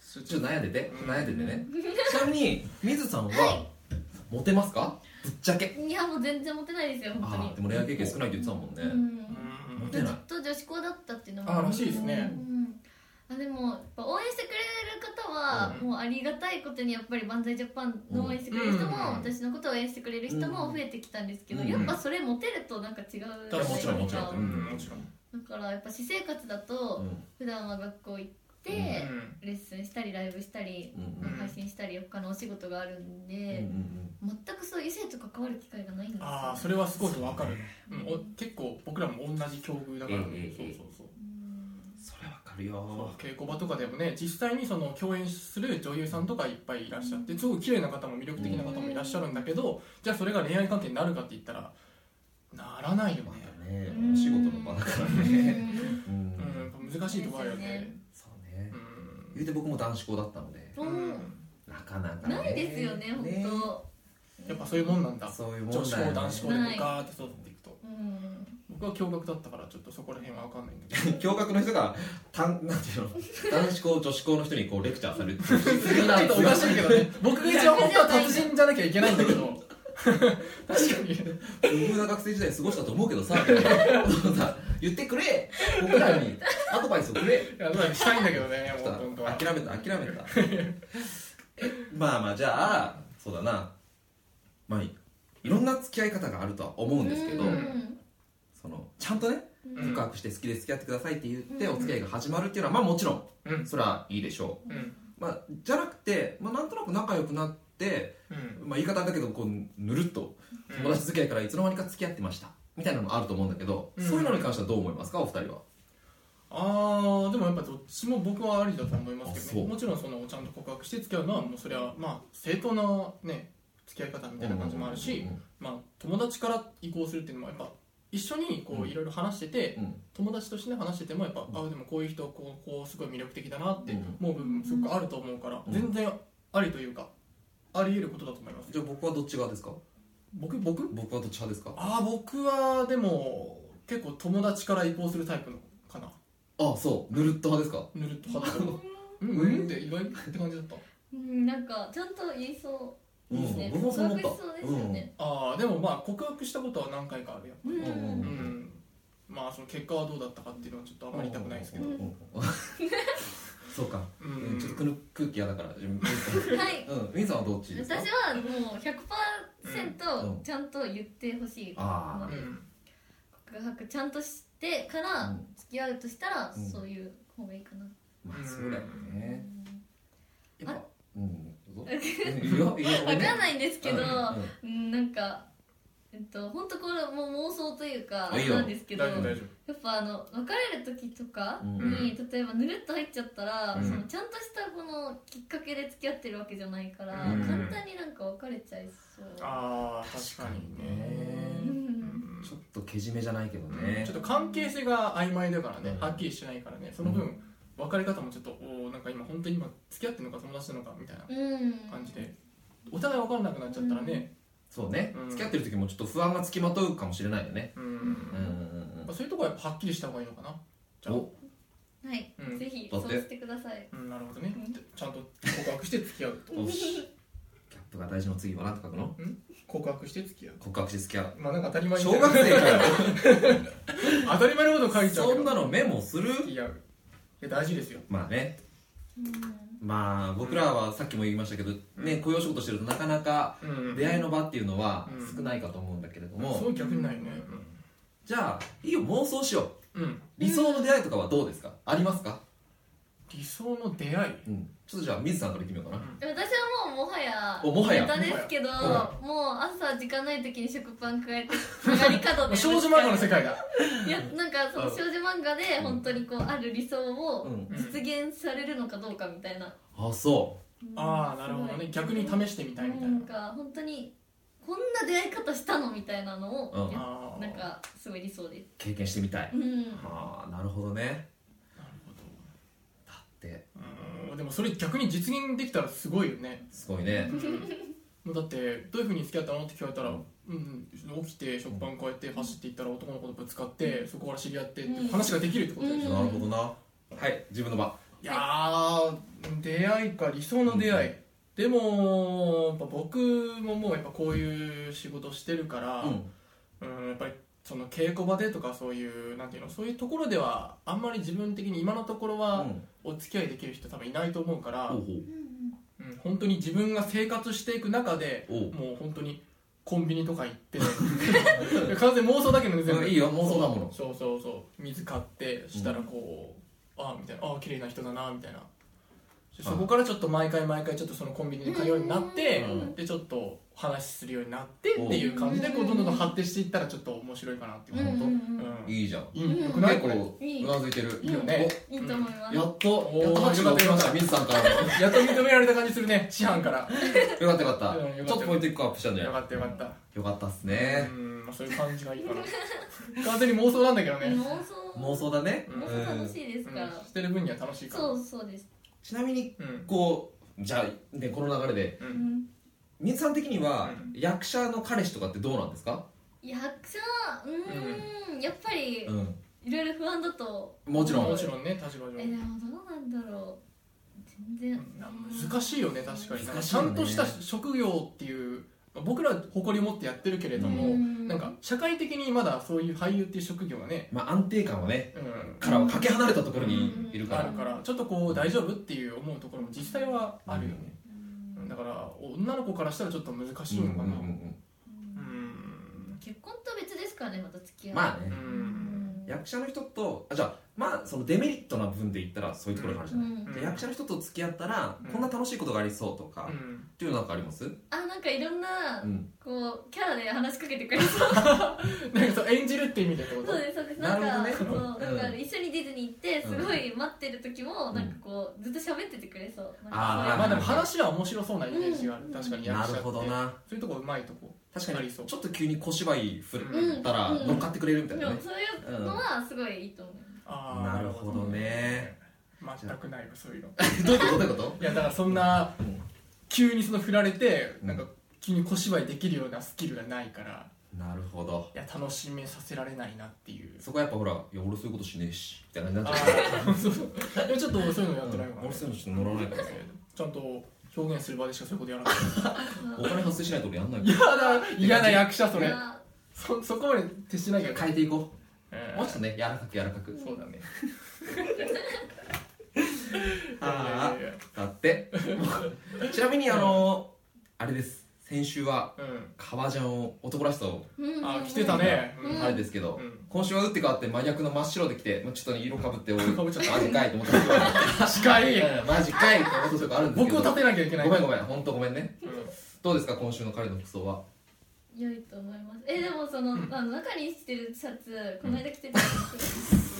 S1: ちょっと悩んでて
S2: うん
S1: 悩んでてねちなみに水さんはモテますかぶっちゃけ
S3: いやもう全然モテないですよ本当
S1: あ
S3: に
S1: あでも恋愛経験少ないって言ってたもん
S3: う
S1: ね
S3: ん
S2: うん
S1: モ
S3: ず
S1: テ
S3: っ
S1: ない
S3: と女子校だったっていうのも
S2: あらしいですね
S3: うんあでもやっぱ応援してくれる方は、
S2: うん
S3: もうありがたいことにやっぱり万歳ジャパンの応援してくれる人も、
S1: うん
S3: 私のことを応援してくれる人も増えてきたんですけど、
S1: うん
S3: やっぱそれモテるとなんか違う
S2: いやもちろんもちろ
S1: ん
S2: うんもちろん
S3: だからやっぱ私生活だ
S1: う
S3: と、
S1: ん
S3: 普段は学校行って、
S2: うん
S3: レッスンしたりライブしたり
S1: うんうん
S2: うん
S3: 配信したり他のお仕事があるん
S1: うん
S3: で、
S1: うん
S3: 全くそういう異性と関わる機会がないんですよ、
S2: ああそれはすごくわかる、うん、お結構僕らも同じ境遇だから、
S1: ええええ
S2: そうそうそう
S3: うん
S1: それわかるよ
S2: 稽古場とかでもね実際にその共演する女優さんとかいっぱいいらっしゃってすごい綺麗な方も魅力的な方もいらっしゃるんだけど、じゃあそれが恋愛関係になるかって言ったらならないよね
S1: ま、たねお仕事の場だから
S3: う
S1: ね
S3: ん
S1: う
S2: うんん、難しいとこあるよね
S1: そうね
S2: う
S1: 言うて僕も男子校だったので
S2: ん、
S1: なかなかね
S3: ないですよね、
S1: ね
S3: 本
S2: やっぱそういうもんなんだ
S1: そういうもんだ
S2: 女
S1: よね
S2: 子校男 子校で
S3: はい
S2: ガーって育っていくと
S3: 当。うん。
S2: 僕は驚愕だったからちょっとそこら辺は分かんないんだけ
S1: 驚愕の人が単なんていうの男子校女子校の人にこうレクチャーされるって いう
S2: どちょっとおかしいけどね僕が一番本当は達人じゃなきゃいけないんだけど確かに
S1: 無風な学生時代過ごしたと思うけどさそうさ言ってくれ僕らにアドバイスをくれ
S2: いやまあしたいんだけどね
S1: ちょっ
S2: 本当
S1: と
S2: は
S1: 諦めた諦めたえまあまあじゃあそうだなまあいろんな付き合い方があるとは思うんですけど、
S3: うん
S1: そのちゃんとね
S2: うん
S1: 告白して好きで付き合ってくださいって言って
S3: うん
S1: お付き合いが始まるっていうのはまあもちろん
S2: うん
S1: それはいいでしょう、
S2: うん
S1: まあ、じゃなくて、まあ、なんとなく仲良くなって、
S2: うん
S1: まあ、言い方だけどこうぬるっと友達付き合いからいつの間にか付き合ってましたみたいなのもあると思うんだけど、
S2: うん
S1: そういうのに関してはどう思いますかお二人は
S2: ああでもやっぱどっちも僕はありだと思いますけ
S1: あそ
S2: ど
S1: う
S2: ねもちろんそのちゃんと告白して付き合うのはもうそれはまあ正当なね付き合い方みたいな感じもあるし、まあ、友達から移行するっていうのもやっぱ一緒にこ
S1: う
S2: うんいろいろ話してて、
S1: うん
S2: 友達としてね話しててもやっぱ、
S1: う
S2: あでもこういう人こうこうすごい魅力的だなって
S1: うん
S2: 思う部分もすごくあると思うから、
S1: うん
S2: 全然ありというかあり得ることだと思います
S1: じゃあ僕はどっち側ですか
S2: 僕僕
S1: 僕はどっち派ですか
S2: ああ僕はでも結構友達から移行するタイプのかな
S1: あそうぬるっと派ですか
S2: ぬるっと肌とうん
S1: ん
S2: うんって意外って感じだった
S3: うん、なんかちゃんと言いそ
S1: うん
S3: いいですね
S1: 僕もそう思った
S3: 告白しそうですよね
S2: ああでもまあ告白したことは何回かあるよ
S3: う。うん。
S1: うん
S2: うんまあその結果はどうだったかっていうのはちょっとあ
S1: うん
S2: まり言いたくないですけど
S1: うん そうか、
S2: う
S1: うん
S2: ん
S1: ちょっとくぬ 空気嫌だから自分
S3: はい。
S1: うんみんさんはどっちです
S3: 私
S1: か
S3: はもう
S1: うんうん
S3: 100%ちゃんと言ってほしい。
S1: あ
S2: う
S1: ー
S2: ん
S3: 告白ちゃんとしてか
S1: う
S3: ら
S1: ん
S3: 付き合うとしたら、
S1: うん
S3: そういう方がいいかな。
S1: まあそうだよねやっぱうんどうぞいやいや
S3: わかんないんですけど、
S1: うんうん
S3: うん、なんか。えっと、本当これもう妄想というか
S1: あいいよ
S3: なんですけ
S2: 大丈
S3: ど
S2: 夫大丈
S3: やっぱあの別れる時とかに、例えばぬるっと入っちゃったら、
S1: うん
S3: そのちゃんとしたこのきっかけで付き合ってるわけじゃないから、
S1: うん
S3: 簡単になんか別れちゃいそう
S2: 夫ああ確
S1: 確
S2: か
S1: か
S2: に
S1: に
S2: ね
S3: う
S1: ね
S3: ん
S1: ちょっとけじめじゃないけどね
S2: ちょっと関係性が曖昧だから
S1: う
S2: ね
S1: ん
S2: はっきりしてないからねその
S1: う
S2: 分別れ方もちょっとおーなんか今本当に今付き合ってるのか友達なのかみたいな
S3: うん
S2: 感じでお互い分からなくなっちゃったらね
S1: そうね
S2: うん
S1: 付き合ってる時もちょっと不安がつきまとうかもしれないよね
S2: う
S1: うんうん
S2: んまあそういうとこはやっぱはっきりした方がいいのかなじゃあ
S1: お
S3: はい、
S2: うん
S3: ぜひ
S1: だ
S3: そう
S1: って
S3: してください
S2: うんなるほどねちゃんと告白して付き合う
S1: うんおしキャップが大事の次は何て書くの
S2: 告白して付き合う
S1: 告白して付き合う
S2: まあなんか当たり前
S1: 小学生かよ
S2: 当たり前のこと書いちゃうけ
S1: そ
S2: ど
S1: んなのメモする
S2: 付き合ういや大事ですよ
S1: まあね
S3: うん
S1: まあ僕らはさっきも言いましたけどね雇用仕事してるとなかなか
S2: うん
S1: 出会いの場っていうのは
S2: うん
S1: 少ないかと思うんだけれど
S2: そ
S1: も
S2: う逆にないよね
S1: じゃあいいよ妄想しよう
S2: うん
S1: 理想の出会いとかはどうですかありますか
S2: 理想の出会い
S1: うんちょっとじゃあ水さんから決めようかな
S3: 私はもうもはや
S1: おもはや
S3: ネタですけど
S1: もは
S3: もう朝時間ない時に食パン加えて曲がり角
S2: もう
S3: で
S2: 少女漫画の世界だ
S3: いやなんかその少女漫画で本当にこうある理想を
S1: うん
S3: 実現されるのかどうかみたいな、
S1: あそ
S2: ああなるほどね逆に試してみたいみたいな
S3: な
S2: ん
S3: か本当にこんな出会い方したのみたいなのを
S1: うん
S3: やっ
S2: ああ
S3: なんかすごい理想で
S1: う経験してみたい
S3: すうん
S1: ああなるほどね
S2: なるほど
S1: だって
S2: うんでもそれ逆に実現できたらすごいよね
S1: すごいね
S2: もうだってどういうふうに付き合ったのって聞かれたら、うんうん、起きて食パンこうやって走っていったら男の子とぶつかってそこから知り合ってって話ができるってことでしょ、
S3: うん
S1: なるほどなはい自分の場
S2: いやー出会いか理想の出会い、でもやっぱ僕ももうやっぱこういう仕事してるから、
S1: うん
S2: うんやっぱりその稽古場でとかそういうなんていうのそういうところではあんまり自分的に今のところ
S1: う
S2: は
S1: ん
S2: お付き合いできる人多分いないと思うから、
S1: ほう
S2: うん、本当に自分が生活していく中で
S1: ほうおう
S2: もう本当にコンビニとか行って 完全に妄想だけどね全部
S1: いいよ妄想だもの
S2: そうそうそう水買ってしたらこう、ああみたいなああ綺麗な人だなみたいなでそこからちょっと毎回毎回ちょっとそのコンビニに通うようになって
S1: うん
S2: でちょっと話するようになってっていう感じでこうどんどんどん発展していったらちょっと面白いかなっていう
S3: うんうん
S2: と、
S3: うん
S2: い
S1: いいじゃん
S2: いいよ
S3: うん
S2: くない
S1: 結
S2: これ
S1: 構
S3: いいう
S1: なずいてる
S2: いいよね
S3: いいと思います、
S1: おやっと
S2: おー
S1: やっと拍手が起きました水さんからも
S2: やっと認められた感じするね師範から
S1: よかったよか
S2: うん
S1: ったち
S2: よかった
S1: ょっとポイント1個アップしたんじゃ
S2: よ
S1: ない
S2: かったよかった
S1: よかったっす
S2: う
S1: ね
S2: ん、まあ、そういう感じがいいかな 完全に妄想なんだけどね、
S3: 妄想
S1: 妄想だね
S3: 妄
S1: うん
S3: 想楽しいですから、
S2: うん、してる分には楽しいから
S3: そうそうです、
S1: ちなみに
S2: うん
S1: こうじゃあねこの流れで
S2: う
S3: うんん、
S1: 水さん的には
S2: うん
S1: 役者の彼氏とかってどうなんですか
S3: 役者うーん、やっぱり
S1: うん
S3: いろいろ不安だと
S1: もちろん
S2: もちろんね立場上
S3: えでもどうなんだろう全然
S2: 難しいよね確かに
S1: 難しい
S2: ち
S1: よ
S2: ゃ
S1: ね
S2: んとした職業っていう僕らは誇りを持ってやってるけれども、
S3: うん
S2: なんか社会的にまだそういう俳優っていう職業がね、
S1: まあ安定感はね
S2: うん、
S1: からはかけ離れたところにいるか
S2: あ
S1: ら
S2: るからちょっとこう大丈夫っていう思うところも実際はあるよね、
S3: うん
S2: だから女の子からしたらちょっと難
S1: う
S2: し
S1: ん
S2: い
S1: うん
S2: のかな
S1: うんうん
S2: うん
S3: 結婚と別ですからねまた付き合い
S1: まあ
S2: う
S1: ね
S2: ん
S1: 役者の人とあじゃあまあそのデメリットな部分で言ったらそういうところがあるじゃない、
S3: うん
S1: で役者の人と付き合ったら、
S2: うん
S1: こんな楽しいことがありそうとか、っ
S2: うん
S1: ていうのなんかあります、
S3: あなんかいろんな、
S1: うん
S3: こうキャラで話しかけてくれるそう
S2: なんかそう演じるって意味でってこと
S3: ですそうですなんか
S1: なるほどね
S3: そう
S1: うん
S3: だから一緒にディズニー行って
S1: うん
S3: すごい待ってる時も、
S1: ん
S3: なんかこうずっと喋っててくれそうなん
S1: あー
S2: まあで
S3: か
S2: も話は面白そうなイメージがある、
S3: うん
S2: 確かに役
S1: な
S2: 者っ
S1: る
S2: て
S1: ほどな
S2: そういうとこうまいとこ
S1: 確か
S2: あ
S1: に
S2: り
S1: ち
S2: そ
S1: ょ
S2: う
S1: っと急に小芝居振
S3: そういう
S1: ったら
S3: うん
S1: 乗っかってくれるみた
S3: う
S1: い
S3: んで
S1: な
S3: も
S1: ね、
S3: そういうのはすごいいいと思う、
S2: あー
S1: なるほどね
S2: 全くないわそういうの
S1: どういうことどういうこと
S2: いやだからそんな
S1: うん
S2: 急にその振られて
S1: うん
S2: なんか急に小芝居できるようなスキルがないから
S1: なるほど
S2: いや楽しめさせられないなってい う
S1: そこはやっぱほらいや俺そういうことしねえしみたいな感じにな
S2: あ
S1: っちゃ
S2: あそうそうでもちょっとそういうのやってないか
S1: う、うん、
S2: ら、ね
S1: 俺そういうのちょっと乗らないからさ
S2: ちゃんと表現する場でしかそういうことやらない
S1: お金発生しないと俺や んないから
S2: 嫌だ嫌な役者そ
S3: い
S2: れ
S3: や
S2: そそこまで徹しないけど、
S1: 変えていこ
S2: え
S1: う
S2: ー
S1: もうちょっとね柔らかく柔らかく
S2: そうだね
S1: あ
S2: いやいやい
S1: あだって ちなみにあのあれです先週は
S2: や
S1: 革ジャンを男らしさを
S3: う
S2: うんんあ来てたね、うん
S3: うん
S1: あれですけど、
S2: うん
S1: 今週は打って変わって真逆の真っ白で来て、まあ、ちょっとね色かぶって俺
S2: 被っちゃった
S1: マジかいと思ったところ
S2: 近い
S1: うんマジかいと思ったところあるんですけ
S2: 僕を
S1: ど
S2: 立てなきゃいけない
S1: ごめんごめん本当ごめんね
S2: うん
S1: どうですか今週の彼の服装は
S3: 良いと思いますえでもそ
S2: う
S3: の、
S2: ん
S3: あの中にしてるシャツこの間着てたんです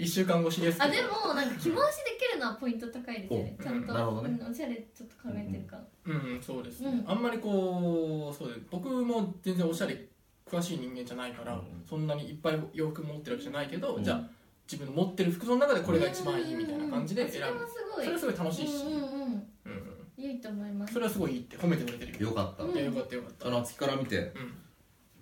S2: 一週間越しです
S3: けどあ
S2: けど
S3: でもなんか着回しできるのはポイント高いですよね
S2: お
S3: ちゃんと、
S1: なるほどね
S3: うんおしゃれちょっと考えてるから、
S2: うんそうですね、
S3: うん
S2: あんまりこうそうです僕も全然おしゃれ詳しい人間じゃないから、
S1: うん
S2: そんなにいっぱい洋服持ってるわけじゃないけど、
S1: うん
S2: じゃあ自分の持ってる服装の中でこれが一番いいみたいな感じで選ぶ、
S3: うんうんうん
S2: そ
S3: それ
S2: れ
S3: は
S2: は
S3: す
S2: すごい楽し
S3: ごい
S2: いし、
S3: うんうんうん
S2: うん
S3: 良いと思います
S2: それはすごいいいって褒めてくれてるよ、
S1: よかった、
S3: う
S2: い
S3: ん
S2: やよかったよかった
S1: あの月から見て
S2: う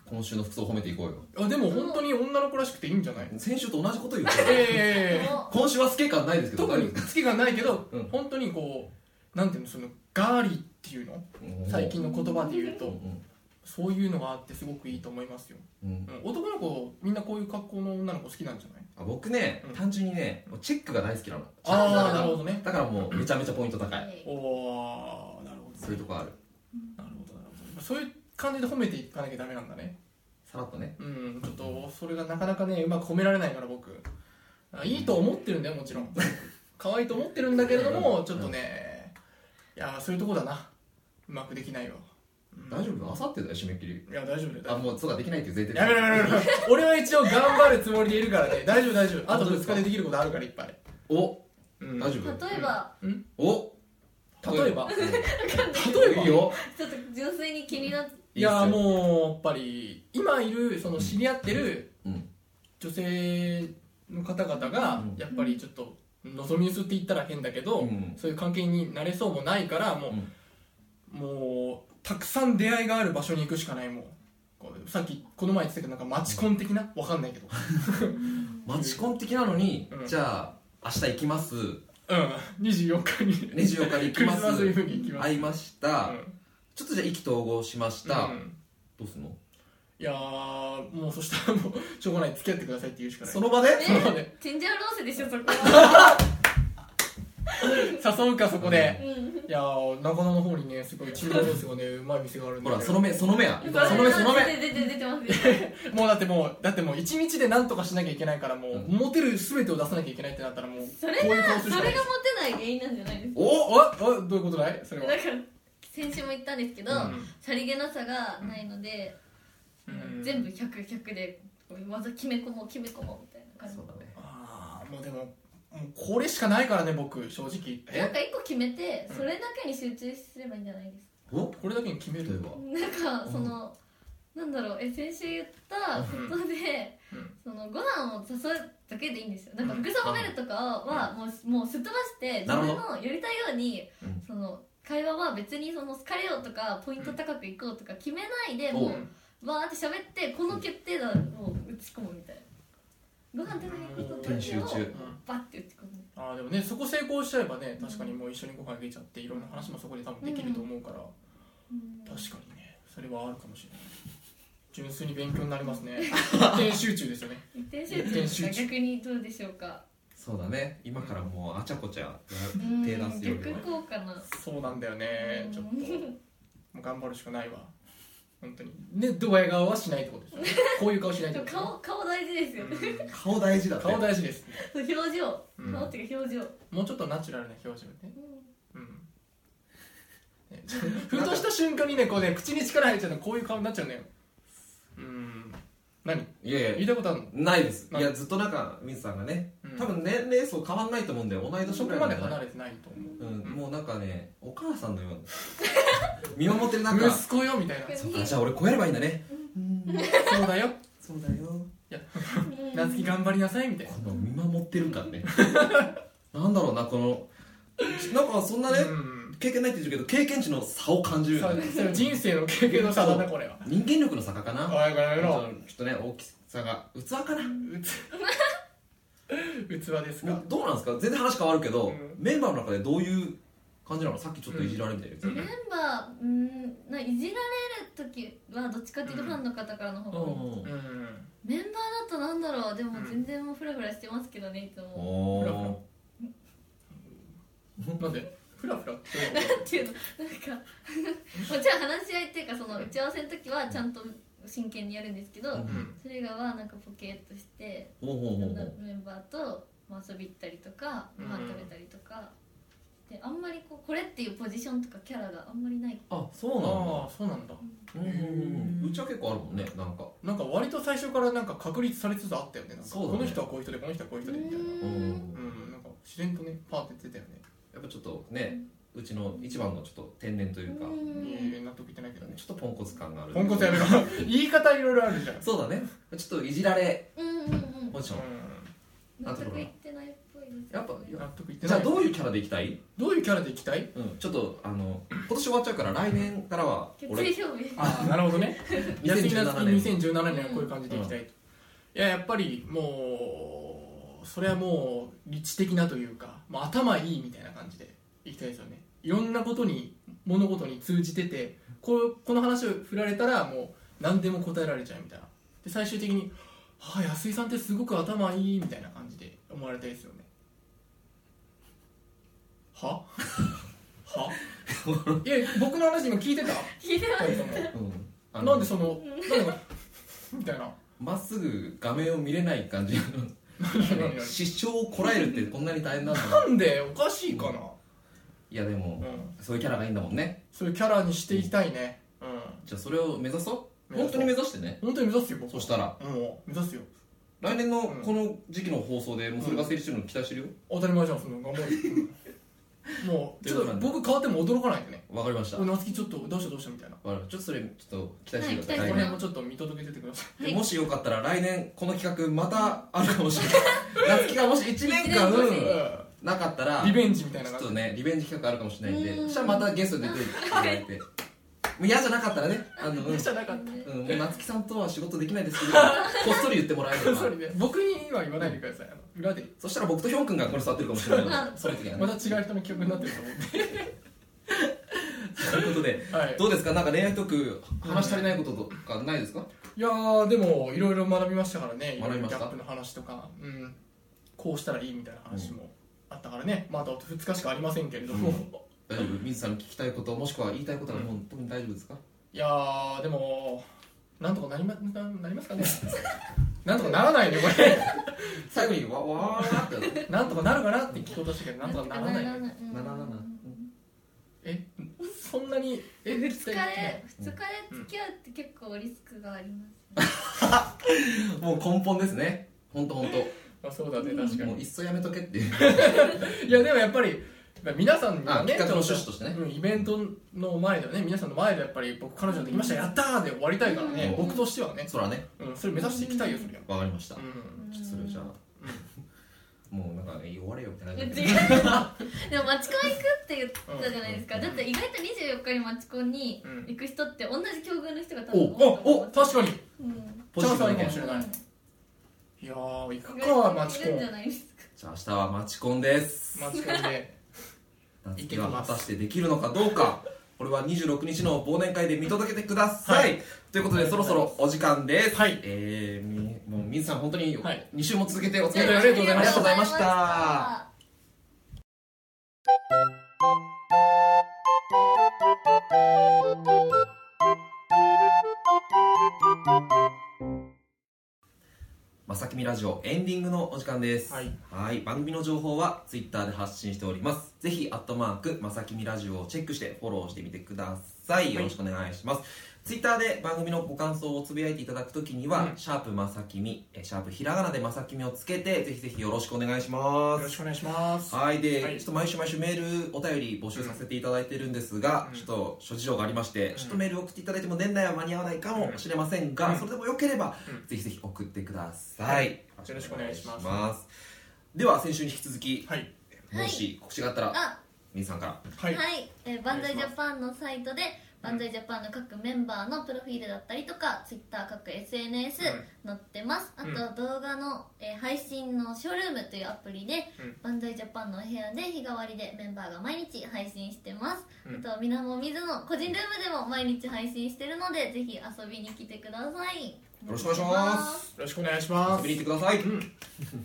S1: 今週の服装褒めていこうよ
S2: ん、あでも本当に女の子らしくていいんじゃない、
S1: 先週と同じこと言うから
S2: ええ
S3: お
S1: 今週は透け感ないですけど
S2: 特に好きがないけど、
S1: うん
S2: 本当にこうなんていうのそのガーリーっていうの
S1: うん
S2: 最近の言葉で言う
S1: う
S2: と
S1: ん
S2: そういうのがあってすごくいいと思いますよ、
S1: うんうん
S2: うん、男の子みんなこういう格好の女の子好きなんじゃない
S1: あ僕ね、
S2: うん
S1: 単純にねもうチェックが大好きなの
S2: ああなるほどね
S1: だからもうめちゃめちゃポイント高い
S3: え
S2: おおなるほど
S1: そういうとこある
S2: なるほどなるほどそういう感じで褒めていかなきゃダメなんだね
S1: さらっとね
S2: うんちょっとそれがなかなかねうまく褒められないから僕あいいと思ってるんだよもちろん可愛いと思ってるんだけれどもちょっとねいやーそういうとこだなうまくできないよ
S1: 大丈夫あさってだよ締め切り
S2: いや大丈夫だよ大丈
S1: あ
S2: 夫
S1: もうそうかできないっていう前提
S2: やめろやめろやめろ俺は一応頑張るつもりでいるからね大丈夫大丈夫あと2日でできることあるからいっぱい、
S1: お
S2: うん、
S1: 大
S2: 例
S1: 丈夫
S3: 例えば、
S1: お
S2: えば
S1: 例えばいいよ
S3: ちょっと純粋に気になって
S2: いやー
S1: う
S2: もうやっぱり今いるその知り合ってる
S1: うん
S2: 女性の方々が
S1: うん
S2: やっぱりちょっと望み薄って言ったら変だけど、
S1: うん
S2: そういう関係になれそうもないからもう、
S1: うん
S2: もうたくさん出会いがある場所に行くしかないもうこうさっきこの前言ってたけどなんかマチコン的なわかんないけど
S1: マチコン的なのに、
S2: うん
S1: じゃあ明日行きます
S2: うん24日に
S1: 24日に行きます
S2: クリスマスイブに行きます
S1: 会いました、
S2: うん
S1: ちょっとじゃあ意気投合しました、
S2: うん
S1: どうすんの
S2: いやーもうそしたらもうしょうがない付き合ってくださいって言うしかない
S1: その場で
S3: え
S2: そうね
S3: チンジャオロースでしょそこは
S2: 誘うかそこで、
S3: うん
S2: いやー中野の方にねすごい中華料理すごいねうまい店があるん
S1: ほ
S2: だ
S1: ら
S2: けど
S1: その目その目やそ
S2: そ
S1: の目その目
S3: 出て出て出てますよ
S2: もうだってもうだってもう一日で何とかしなきゃいけないからもう、
S1: うん
S2: モテる全てを出さなきゃいけないってなったらもう
S3: それ
S2: こういう
S3: が
S2: 顔
S3: そ
S2: す
S3: れ
S2: るし
S3: が
S2: か
S3: モ
S2: ない
S3: テない原因なんじゃないですか
S1: おお
S2: おおどういうことだいそれは
S3: だから先週も言ったんですけど、
S1: うん
S3: さりげなさがないので、
S2: うん
S3: 全部100100で技決め込もう決め込もうみたいな感じ
S1: そうだね
S2: ああもうでももうこれしかないからね僕正直言って
S3: なんか一個決めて
S2: うん
S3: それだけに集中すればいいんじゃないです
S1: お
S2: これだけに決め
S1: 例え
S2: る
S1: ば
S3: か、なんかその、なんだろうえ先週言ったことで、
S2: うん
S3: そのご飯を誘うだけでいいんですよなんか服装褒めるとかは、もうもうすっ飛ばして自
S1: なるほ
S3: 分
S1: ど
S3: のやりたいように、
S1: うん
S3: その会話は別にその好かれようとかポイント高くいこうとか決めないで、
S1: うん
S3: も
S2: う
S3: うんわーって喋ってこの決定打を打ち込むみたいなご飯食べに行くことだ
S1: 練
S3: け
S1: 習
S3: を
S1: 中
S3: バッて打ち込む
S2: ああでもねそこ成功しちゃえばね確かにもう一緒にご飯行けちゃっていろんな話もそこで多分できると思うから、
S3: うん
S2: 確かにねそれはあるかもしれない純粋に勉強になります ね一点集中ですよね
S3: 一点集中ですか逆にどうでしょうか
S1: そうだね今からもうあちゃこちゃや
S3: うん
S1: 手出すより
S3: 逆
S1: は
S3: 効果な
S2: そうなんだよね
S3: うん
S2: ちょっともう頑張るしかないわ本当にねドヤ顔はしないってことですよ ねこういう顔しないって
S3: で
S2: こ
S3: も
S2: と
S3: 顔顔大事ですよね
S2: うん
S1: 顔大事だって
S2: 顔大事です
S3: そう表情
S2: うん
S3: 顔っていうか表情
S2: もうちょっとナチュラルな表情でねうんねちょふとした瞬間にねこうね口に力入っちゃうのこういう顔になっちゃうのようん何
S1: いやい
S2: 言い
S1: や
S2: たいことあるの
S1: ないですい
S2: な
S1: や
S2: い
S1: ずっとなんか水さんがね
S2: うん
S1: 多分年齢層変わんないと思うんだよ同い年
S2: そ
S1: ぐ
S2: こ
S1: らいなん
S2: まで
S1: じゃな
S2: 離
S1: い
S2: れてないと思う
S1: うんもうなんかねお母さんのような 見守ってるなんか
S2: 息子よみたいな
S3: うん
S1: そうかじゃあ俺こうやればいいんだね
S2: そうだよ
S1: そうだよ
S3: うん
S2: 夏希頑張りなさいみたいな
S1: この見守ってる感ね なんだろうなこのなんかそんなね、
S2: うん
S1: 経験ないって言うけど経験値の差を感じるよね
S2: そう人生の経験の差だねこれは
S1: 人間力の差か
S2: お
S1: ない
S2: これや
S1: ち
S2: め
S1: ょ
S2: ろ
S1: っとね大きさが器かな
S2: 器器です
S1: も
S2: か
S1: うどうなんですか全然話変わるけど、
S2: うん
S1: メンバーの中でどういう感じなのさっきちょっといじられみたいなやつ、
S2: う
S3: メンバーうんないじられる時はどっちかっていうとファンの方からの方が多い
S1: うん
S2: うんうん
S3: メンバーだとなんだろうでも全然もうフラフラしてますけどねいつ
S1: お
S3: も
S2: フラフラ
S1: ー
S2: なんでフラフラって
S3: なんていうのなんかもちろん話し合いっていうかその打ち合わせの時はちゃんと真剣にやるんですけど、
S1: うん
S2: うん
S3: それ以外はなんかポケッとして、
S1: ほうほうほうほう
S3: メンバーとまあ遊び行ったりとか
S2: う
S3: ご
S2: ん
S3: 飯食べたりとか、であんまりこうこれっていうポジションとかキャラがあんまりない
S1: あそう
S2: ああそうなん
S1: な
S2: だ
S1: んだうんうんうんうちは結構あるもんねなんか
S2: なんか割と最初からなんか確立されつつあったよねなんか
S1: そうだね
S2: この人はこういう人でこの人はこういう人でみたいな
S1: う
S3: うん
S1: ん
S2: うんなんか自然とねパーって出たよね
S1: やっぱちょっとねうちの一番のちょっと天然というか、
S3: うん
S2: いや納得いってないけどね
S1: ちょっとポンコツ感がある
S2: ポンコツやめ ろ言い方いろいろあるじゃん
S1: そうだねちょっといじられ
S3: うんうんうん
S1: ポジション
S3: 納得いってないっぽいです
S1: やっぱ
S2: うん納得いって
S1: じ
S2: な
S1: ゃ
S2: い
S1: あどういうキャラでいきたい、
S2: どういうキャラでいきたい
S1: うん、ちょっとあの今年終わっちゃうから来年からは
S3: 決
S1: 俺
S3: 意表明
S2: ああ なるほどねやってきた
S1: 2017年
S2: 2017年はこういう感じでいきたいと、いややっぱりもうそれはもう理知的なというかもう頭いいみたいな感じでいきたいですよねいろんなことに物事に通じててこうこの話を振られたらもう何でも答えられちゃうみたいなで最終的に「ああ安井さんってすごく頭いい」みたいな感じで思われたいですよねは はいや僕の話今聞いてた
S3: 聞いてます
S2: 二人とも
S1: うんあの
S2: なんでその、なんでみたいな
S1: まっすぐ画面を見れない感じが
S2: 何 何何
S1: 失笑をこらえるってこんなに大変なんだな
S2: なんでおかしいかな、
S1: いやでも、
S2: うん、
S1: そういうキャラがいいんだもんね
S2: そういうキャラにしていきたいねうん
S1: じゃあそれを目指そう
S2: 目指そ
S1: 本
S2: う
S1: 当に目指してね
S2: 本当に目指すよ僕
S1: そしたら
S2: もうん目指すよ
S1: 来年のこの時期の放送でもうそれが成立してるの期待してるよ
S2: 当たり前じゃんそんなの頑張るよ、うんもうちょっと僕変わっても驚かないでね
S1: わかりましたわか
S2: 夏希ちょっとどうしたどうしたみたいなこ
S1: るちょっとそれちょっと期待してくだ
S3: は
S1: さ
S3: い
S1: い来
S2: の辺
S1: 年
S2: もちょっと見届けててください
S3: はい
S1: もしよかったら来年この企画またあるかもしれ ない夏希がもし1年間
S3: 一年
S1: なかったら
S2: リベンジみたいな
S1: ちょっ
S2: 感
S1: と
S2: じ
S1: ねリベンジ企画あるかもしれないんで
S3: うん
S1: そしたらまたゲストで出ていただいてもう嫌じゃなかったらねあの、うん
S2: じゃなかった
S1: うん、もう夏希さんとは仕事できないですけどこっそり言ってもらえれば
S2: それで僕には言わないでくださいあの裏で
S1: そしたら僕とヒョン君がこれ座ってるかもしれないのでその時はね
S2: また違う人の記憶になってると思う
S1: ということで
S2: はい
S1: どうですかなんか恋愛トーク話し足りないこととかないですか
S2: いやーでもいろいろ学びましたからねいろい
S1: 学
S2: ろ
S1: びまし
S2: ギ
S1: た
S2: ャップの話とか、うん、こうしたらいいみたいな話もあったからね、まあ、あと2日しかありませんけれども、
S1: うん大丈夫水さんに聞きたいこともしくは言いたいことはもう特に大丈夫ですか
S2: いやーでもなんとかなりまななりま すかねなんとかならないねこれ
S1: 最後にわわーって
S2: なんとかなるかなって聞こうとしたけどなんとかならないね
S3: うん
S1: ならなな
S2: えそんなにえ
S3: 二日で
S2: 絶
S3: 二
S2: 対
S3: 日
S2: ね
S3: で付き合うって結構リスクがあります
S1: もう根本ですね本当本
S2: まあ、そうだね確か
S1: 当も
S2: に
S1: ういっそやめとけっていう
S2: いやでもやっぱりまあ皆さん
S1: あ
S2: がね
S1: 企画の
S2: ち
S1: 趣
S2: ょっ
S1: 旨としてね
S2: うんイベントの前ではね皆さんの前でやっぱり僕彼女できましたやったーで終わりたいからね、
S1: うん
S2: 僕としてはね、
S1: そらね
S2: うん、それ目指していきたいよそりゃ
S1: わかりました
S2: うん
S1: ちょっとそれじゃあ もうなんか終われよみたいな感
S3: 違う
S1: じ
S3: で
S1: で
S3: も町コン行くって言ったじゃないですか、
S1: うん
S3: だって意外と24日に町コンに行く人って同じ境遇の人が多分
S1: お
S3: 多いと
S2: お
S3: 思
S2: お
S3: う
S2: 確かに
S3: うん
S1: ポジティブな意見
S2: チャンスあるかもしれないいやー行
S3: うん
S2: くかマ
S3: 意
S2: チ
S3: 外といるん
S2: コ
S3: じゃないですか
S1: じゃあ明日はマチコンです
S2: マチコで
S1: 夏希は果たしてできるのかどうかこれは26日の忘年会で見届けてください、
S2: は
S1: ということでそろそろお時間です、
S2: はい
S1: えー、みもう水さん本当に
S2: はい
S1: 2週も続けてお疲
S2: 本
S1: れ
S2: 当に
S1: 様
S2: ありがとうございました
S1: ありがとうございましたまさきみラジオエンディングのお時間です
S2: はい
S1: い番組の情報はツイッターで発信しておりますぜひアットマークまさきみラジオをチェックしてフォローしてみてくださいよろしくお願いします、ツイッターで番組のご感想をつぶやいていただくときには、
S2: うん
S1: シャープまさきみえシャープひらがなでまさきみをつけてぜひぜひよろしくお願いしま
S2: よろ
S1: す
S2: しくお願いします
S1: はいで、
S2: はい
S1: ちょっと毎週毎週メールお便り募集させていただいてるんですが、
S2: うん
S1: ちょっと諸事情がありまして、
S2: ん
S1: ちょっとメール送っていただいても年内は間に合わないかもしれませんが、
S2: うん
S1: それでもよければ、
S2: うん
S1: ぜひぜひ送ってください、
S2: いよろしくお願いします
S1: お願いしでは先週に引き続き、
S2: はい
S1: もし告知があったら、
S3: あ
S1: みーさんから
S2: はい、
S3: はい、えー、バンザイジャパンのサイトでバンザイジャパンの各メンバーのプロフィールだったりとかツイッター各 SNS 載ってます、
S2: うん
S3: あと動画の、えー配信のショールームというアプリで、
S2: うん
S3: バンザイジャパンの部屋で日替わりでメンバーが毎日配信してます、
S2: うん
S3: あとみなもみずの個人ルームでも毎日配信してるのでぜひ遊びに来てくださいよ
S1: よろしくお願いします
S2: よろしくお願いしま
S1: 遊
S2: す
S1: びに行ってください、
S2: うん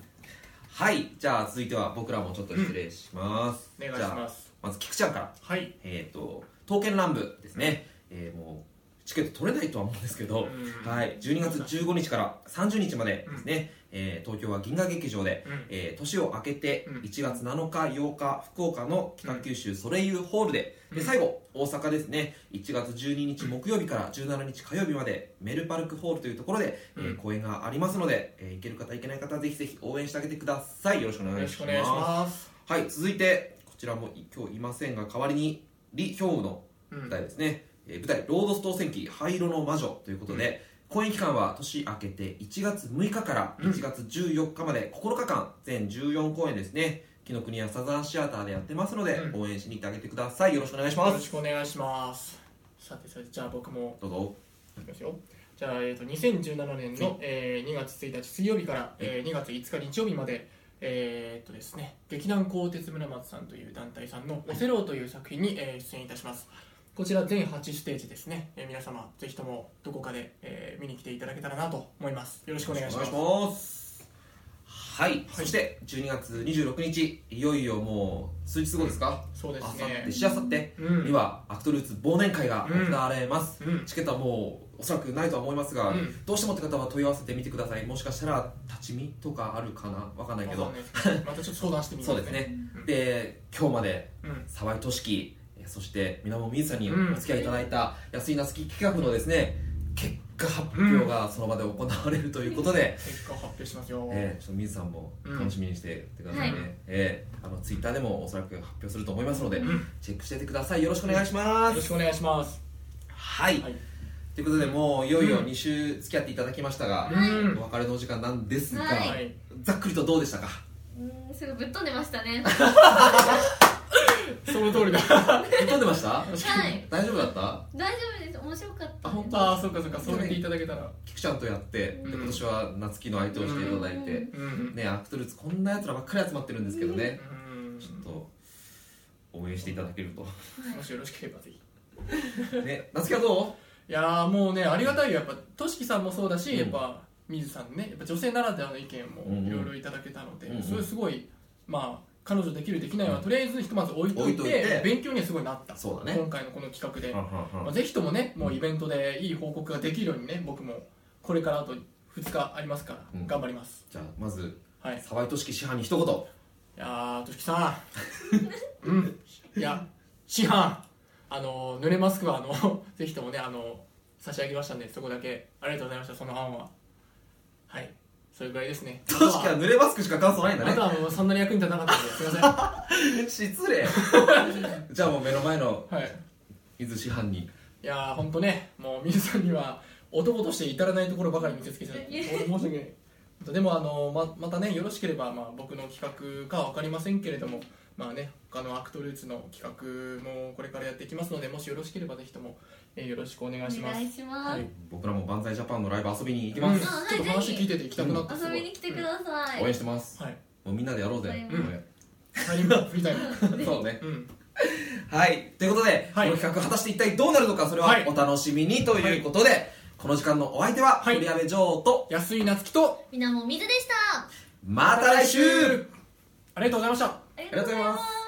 S1: はいじゃあ続いては僕らもちょっと失礼します、
S2: お願い
S1: じ
S2: し
S1: ゃあ
S2: ます
S1: まず菊ちゃんから
S2: はい
S1: えっ、と刀剣乱舞ですね、えーもうチケット取れないとは思うんですけど、
S2: うん
S1: はい、12月15日から30日までですね、えー東京は銀河劇場で、
S2: うん
S1: えー年を明けて
S2: うん
S1: 1月7日8日福岡の北九州ソレイユホールで,、
S2: う
S1: で
S2: ん
S1: 最後大阪ですね1月12日木曜日から17日火曜日までメルパルクホールというところで、えー
S2: うん
S1: 公演がありますので、えー行ける方行けない方ぜひぜひ応援してあげてくださいよろしくお
S2: よ
S1: 願
S2: ろ
S1: い
S2: し
S1: し
S2: くお
S1: ます
S2: 願いします
S1: はい続いてこちらも今日いませんが代わりにリ・ヒョウウの
S2: うん
S1: 舞台ですね、えー舞台「ロードス当選記灰色の魔女」ということで、公演期間は年明けて1月6日から1月14日まで9日間全14公演ですね紀の国やサザンシアターでやってますので、
S2: うん
S1: 応援しに行ってあげてくださいよろしくお願いし
S2: よ
S1: ま
S2: ろ
S1: す
S2: しくお願いしますさてさてじゃあ僕も
S1: どうぞ
S2: いきますよじゃあ、えー、と2017年の、
S1: はい
S2: えー2月1日水曜日から、えー2月5日日曜日まで、えーっとですね、劇団鋼鉄村松さんという団体さんの「オセロー」という作品に、えー出演いたしますこちら全8ステージですね、えー皆様ぜひともどこかで、えー見に来ていただけたらなと思いますよろしくお願いします
S1: お願いしますはい、そして12月26日いよいよもう数日後ですか、
S2: そうで
S1: あ
S2: す
S1: さっ
S2: ね
S1: てしあさって
S2: うん
S1: にはアクトルーツ忘年会が行われます、
S2: うん
S1: チケットはもうおそらくないとは思いますが、
S2: うん
S1: どうしてもって方は問い合わせてみてくださいもしかしたら立ち見とかあるかなわかんないけど
S2: わかんないですけどまたちょっと相談してみ
S1: そう
S2: ま
S1: で
S2: す
S1: すね、
S2: うん
S1: で今日まで
S2: うん
S1: 沢井俊樹えーそして水面美優さんに
S2: うん
S1: お付き合いいただいた安井夏樹企画のですね結果発表がその場で行われるということで、
S2: 結果を発表しますよ、
S1: えーちょっと水さんも楽しみにしててくださいね、
S3: うんは
S1: えーあのツイッターでもおそらく発表すると思いますので、
S2: うん
S1: チェックしててくださいよろしくお願いしま
S2: よろし
S1: す、
S2: くお願いします
S1: はい、
S2: はい
S1: ということでもういよいよ
S2: うん
S1: 2週付き合っていただきましたが、
S2: うん
S1: お別れのお時間なんですが、
S3: はい
S2: はい
S1: ざっくりとどうでしたか
S3: うんすごいぶっ飛んでましたね
S2: その通りだ
S1: 飛んでました
S3: はい
S1: 大丈夫だった
S3: 大丈夫です面白かった
S1: あ本当
S2: ああそうかそうかそう言っていただけたら
S1: 菊ちゃんとやって、
S3: うん
S1: で今年は夏希の相手をしていただいて、
S2: うんうん
S1: ね、アクトルーツこんなやつらばっかり集まってるんですけどね、
S2: うん
S1: ちょっと応援していただける と
S2: もしよろしければぜひ
S1: ね夏希はど
S2: いやーもうねありがたいよやっぱとしきさんもそうだし、
S1: うん
S2: やっぱ水さんねやっぱ女性ならではの意見
S1: うんうん
S2: もいろいろいただけたので、
S1: うんうん
S2: それすごいまあ彼女できるできないはとりあえずひとまず置いといて
S1: 置いといて
S2: 勉強にはすごいなった
S1: そうだね
S2: 今回のこの企画
S1: う
S2: で、
S1: はん
S2: ま
S1: は
S2: あ、
S1: ん
S2: ぜひともねもうイベントでいい報告ができるようにね僕もこれからあと2日ありますから、
S1: うん
S2: 頑張ります
S1: じゃあまず
S2: はいい
S1: 沢井俊樹師範に一言
S2: やーとしきさんうんいや師範あの濡れマスクはあの ぜひともねあの差し上げましたんでそこだけありがとうございましたその案ははいそれぐらいですね
S1: 俊樹は濡れマスクしか感想ないん
S2: あ
S1: だ
S2: と
S1: ね
S2: はもうそんなに役に立たなかったんですいま
S1: 失礼 じゃあもう目の前の
S2: せんはい
S1: 水師範に
S2: いやー本当ねもう水さんには男として至らないところばかり見せつけちゃって
S3: いえ
S2: 申し訳ないでもあのままたねよろしければ、まあ、僕の企画かは分かりませんけれどもまあね他のアクトルーツの企画もこれからやっていきますのでもしよろしければぜひとも、えーよろしくお願いし
S3: お
S2: ます
S3: 願いします、
S2: はい
S1: 僕らも万歳ジャパンのライブ遊びに行き
S2: う
S1: ま
S2: ん
S1: す、
S3: あはい
S2: ちょっと話聞いてて行きたくなったす
S3: 遊
S2: ごい
S3: びに来てください、
S1: 応援してます
S2: はい
S1: もうみんなでやろうぜ、
S3: うん
S1: うん
S2: タイムフリータイム
S1: そうね
S2: うん
S1: はいということで、
S2: はい
S1: この企画果たして一体どうなるのかそれは
S2: はい
S1: お楽しみにということで、この時間のお相手は
S2: はい
S1: 鳥籔ジョーと
S2: 安井夏樹と
S3: みなもみずでした
S1: また来週
S2: ありがとうございました
S3: あり
S1: がとうございます